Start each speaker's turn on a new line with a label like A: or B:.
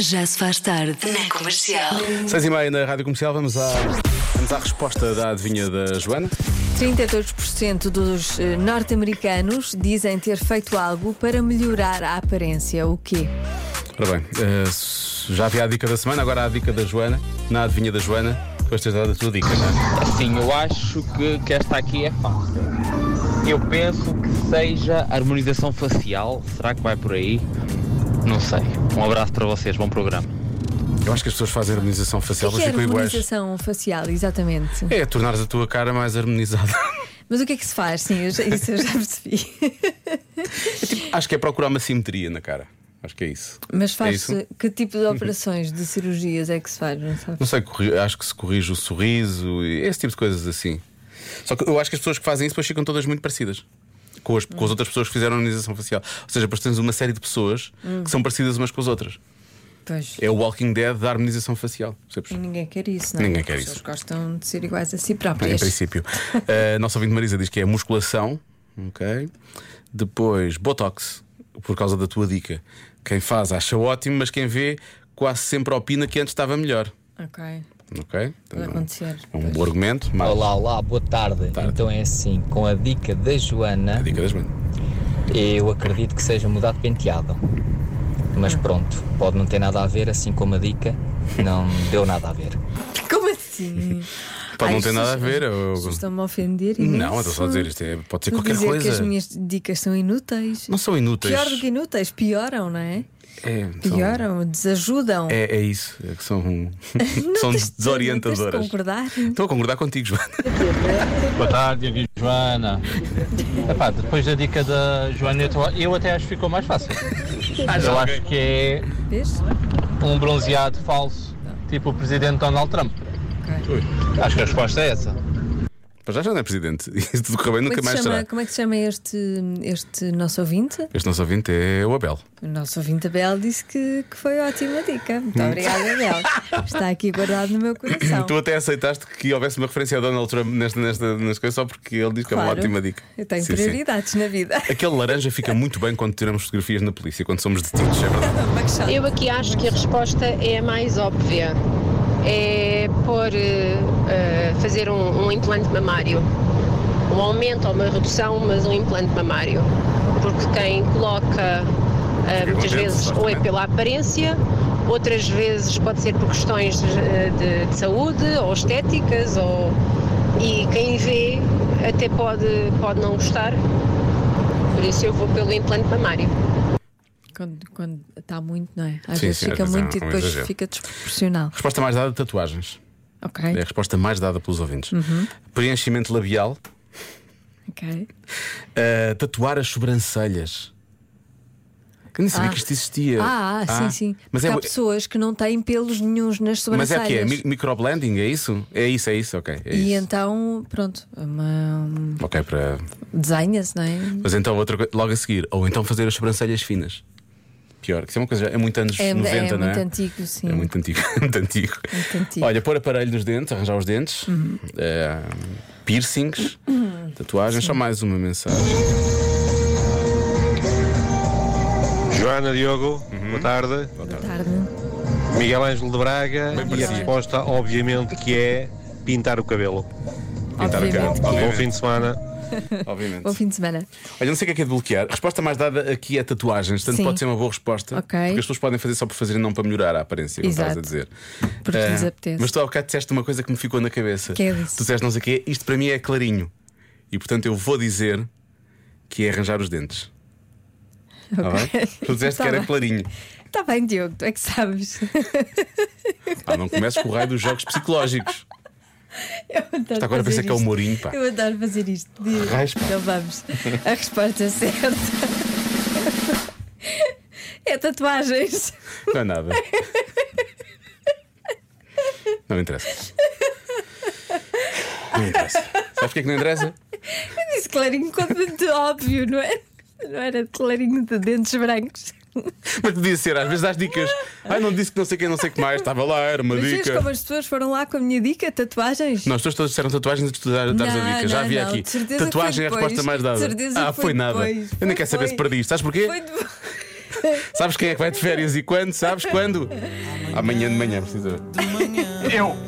A: Já se faz tarde na comercial.
B: Seis e meia na Rádio Comercial, vamos à, vamos à resposta da adivinha da Joana.
C: 32% dos eh, norte-americanos dizem ter feito algo para melhorar a aparência. O é quê?
B: Ora bem, eh, s- já havia a dica da semana, agora há a dica da Joana. Na adivinha da Joana, gostas da tua dica, não é?
D: Sim, Assim, eu acho que, que esta aqui é fácil. Eu penso que seja harmonização facial. Será que vai por aí? Não sei. Um abraço para vocês, bom programa.
B: Eu acho que as pessoas fazem harmonização facial,
C: O que é
B: mas ficam iguais.
C: harmonização facial, exatamente?
B: É tornares a tua cara mais harmonizada.
C: Mas o que é que se faz? Sim, eu já- isso eu já percebi.
B: acho que é procurar uma simetria na cara. Acho que é isso.
C: Mas
B: É
C: faz
B: isso?
C: se que tipo de operações, de cirurgias é que se faz? Não sabe?
B: Não sei, corri- acho que se corrige o sorriso e esse tipo de coisas assim. Só que eu acho que as pessoas que fazem isso depois ficam todas muito parecidas. Com as, com as outras pessoas que fizeram a harmonização facial. Ou seja, depois tens uma série de pessoas que são parecidas umas com as outras.
C: Pois.
B: É o Walking Dead da harmonização facial. percebes?
C: E ninguém quer isso, não é?
B: Ninguém quer
C: As pessoas
B: isso.
C: gostam de ser iguais a si
B: Em
C: próprias.
B: princípio. A nossa ouvinte Marisa diz que é musculação. Ok. Depois, Botox. Por causa da tua dica. Quem faz acha ótimo, mas quem vê quase sempre opina que antes estava melhor.
C: ok.
B: Ok? Então,
C: Pode acontecer.
B: É um bom argumento. Mas
E: Olá, olá, boa tarde.
B: tarde.
E: Então é assim, com a dica da
B: é A
E: Joana,
B: dica das mãos.
E: eu acredito que seja mudar de penteado. Mas pronto, pode não ter nada a ver, assim como a dica não deu nada a ver.
C: Como assim?
B: Pode não
C: Ai,
B: ter nada a ver. eu-
C: As pessoas estão-me a ofender. imenso.
B: Não, estou só a dizer isto. é- pode ser
C: Vou
B: qualquer
C: dizer que
B: coisa.
C: as minhas dicas são inúteis.
B: Não são inúteis.
C: Pior do que inúteis, pioram, não é?
B: É, são-
C: Pioram, desajudam.
B: É, é isso. É que são,
C: Não
B: são Então,
C: tens de-
B: desorientadoras.
C: Não tens de concordar?
B: Estou a concordar contigo, Joana.
F: Boa tarde, eu vi Joana. Epá, depois da dica da Joana, eu, tô- eu até acho que ficou mais fácil. eu acho que é
C: Vês?
F: um bronzeado falso, tipo o presidente Donald Trump. Acho que a resposta é essa.
B: Para já já não é presidente. Isso tudo correu bem,
C: Como é,
B: nunca
C: que se
B: mais
C: chama,
B: será.
C: como é que se chama este, este nosso ouvinte?
B: Este nosso ouvinte é o Abel.
C: O nosso ouvinte Abel disse que, que foi ótima dica.
B: Hum.
C: Muito obrigada, Abel. Está aqui guardado no meu coração.
B: Tu até aceitaste que houvesse uma referência a Donald Trump nesta, nesta, nas coisas só porque ele diz que é uma
C: Claro.
B: ótima dica.
C: Eu tenho
B: Sim, sim.
C: prioridades na vida.
B: Aquele laranja fica muito bem quando tiramos fotografias na polícia, quando somos detidos, é verdade.
G: Eu aqui acho que a resposta é a mais óbvia. É por fazer um, um implante mamário. Um aumento ou uma redução, mas um implante mamário. Porque quem coloca eh, muitas
B: contente,
G: vezes ou é
B: exatamente.
G: pela aparência, outras vezes pode ser por questões eh, de, de saúde ou estéticas ou e quem vê até pode, pode não gostar. Por isso eu vou pelo implante mamário.
C: Quando, quando está muito, não é? Às
B: Sim,
C: vezes
B: sim,
C: fica
B: às vezes é
C: muito
B: um
C: e depois
B: exagero.
C: fica desproporcional.
B: Resposta mais dada: tatuagens.
C: Ok.
B: É a resposta mais dada pelos ouvintes.
C: Uhum.
B: Preenchimento labial,
C: Ok.
B: Uh, tatuar as sobrancelhas. Eu nem sabia
C: Ah.
B: que isto existia.
C: Ah, ah, sim, sim.
B: É. Mas
C: Porque
B: é,
C: há pessoas que não têm pelos nenhuns nas
B: mas
C: sobrancelhas.
B: é o que é? Mi- Microblending, é isso? É isso, é isso, ok. É
C: E
B: isso.
C: então, pronto, uma, um,
B: Ok, para.
C: desenha-se, não é?
B: Mas então outra coisa, logo a seguir, ou então fazer as sobrancelhas finas. Pior, que isso é uma coisa já, é muito anos
C: É,
B: 90,
C: é
B: não é?
C: muito antigo, sim.
B: É muito antigo, muito antigo.
C: Muito antigo. Uhum.
B: Olha, pôr aparelho nos dentes, arranjar os dentes, eh, piercings, tatuagens, só mais uma mensagem.
H: Joana Diogo, boa tarde.
C: Boa tarde.
H: Miguel Ângelo de Braga e a resposta, obviamente, que é pintar o cabelo.
B: Pintar a cara.
C: Obviamente.
H: Bom
C: é.
B: Tá, Obviamente.
H: fim de semana.
B: Obviamente.
C: Bom fim de semana.
B: Olha, não sei o que é que é de bloquear. A resposta mais dada aqui é tatuagens, portanto
C: Sim.
B: pode ser uma boa resposta.
C: Ok.
B: Porque as pessoas podem fazer só por fazer e não para melhorar a aparência, como
C: Exato.
B: estás a dizer.
C: Porque
B: Ah,
C: lhes apetece.
B: Mas tu há bocado disseste uma coisa que me ficou na cabeça.
C: Que é isso?
B: Tu disseste não sei o quê, isto para mim é clarinho. E portanto eu vou dizer que é arranjar os dentes. Tá bem? Tu disseste
C: Tá
B: que era
C: bem.
B: clarinho.
C: Está bem, Diogo, tu é que sabes.
B: Pá, não comeces com o raio dos jogos psicológicos.
C: Eu adoro
B: Está agora a
C: fazer
B: pensar que é o
C: isto.
B: Mourinho, pá.
C: Eu adoro fazer isto. Diogo.
B: Raios, pá.
C: Então vamos. A resposta certa é tatuagens.
B: Não é nada. Não interessa. Não interessa. Sabes porquê que não interessa?
C: Eu disse clarinho quando de óbvio, não é? Não era de clarinho de dentes brancos.
B: Mas podia ser, às vezes dás dicas. Ai, não disse que não sei quem, não sei o que mais. Estava lá, era uma
C: Ah. Mas vês
B: dica.
C: como as pessoas foram lá com a minha dica, tatuagens?
B: Nós todos todos disseram tatuagens antes de dar dares a
C: Não,
B: dica. Já
C: não,
B: havia
C: não.
B: aqui.
C: De certeza
B: Tatuagem
C: foi
B: é a resposta
C: depois.
B: mais dada.
C: De certeza
B: ah,
C: foi
B: foi nada.
C: depois.
B: Eu nem
C: Foi,
B: quero saber se
C: foi.
B: perdi isto. Sabes porquê?
C: Foi depois.
B: Sabes quem é que vai de férias e quando? Sabes quando? Amanhã de manhã, precisa ver.
F: Eu!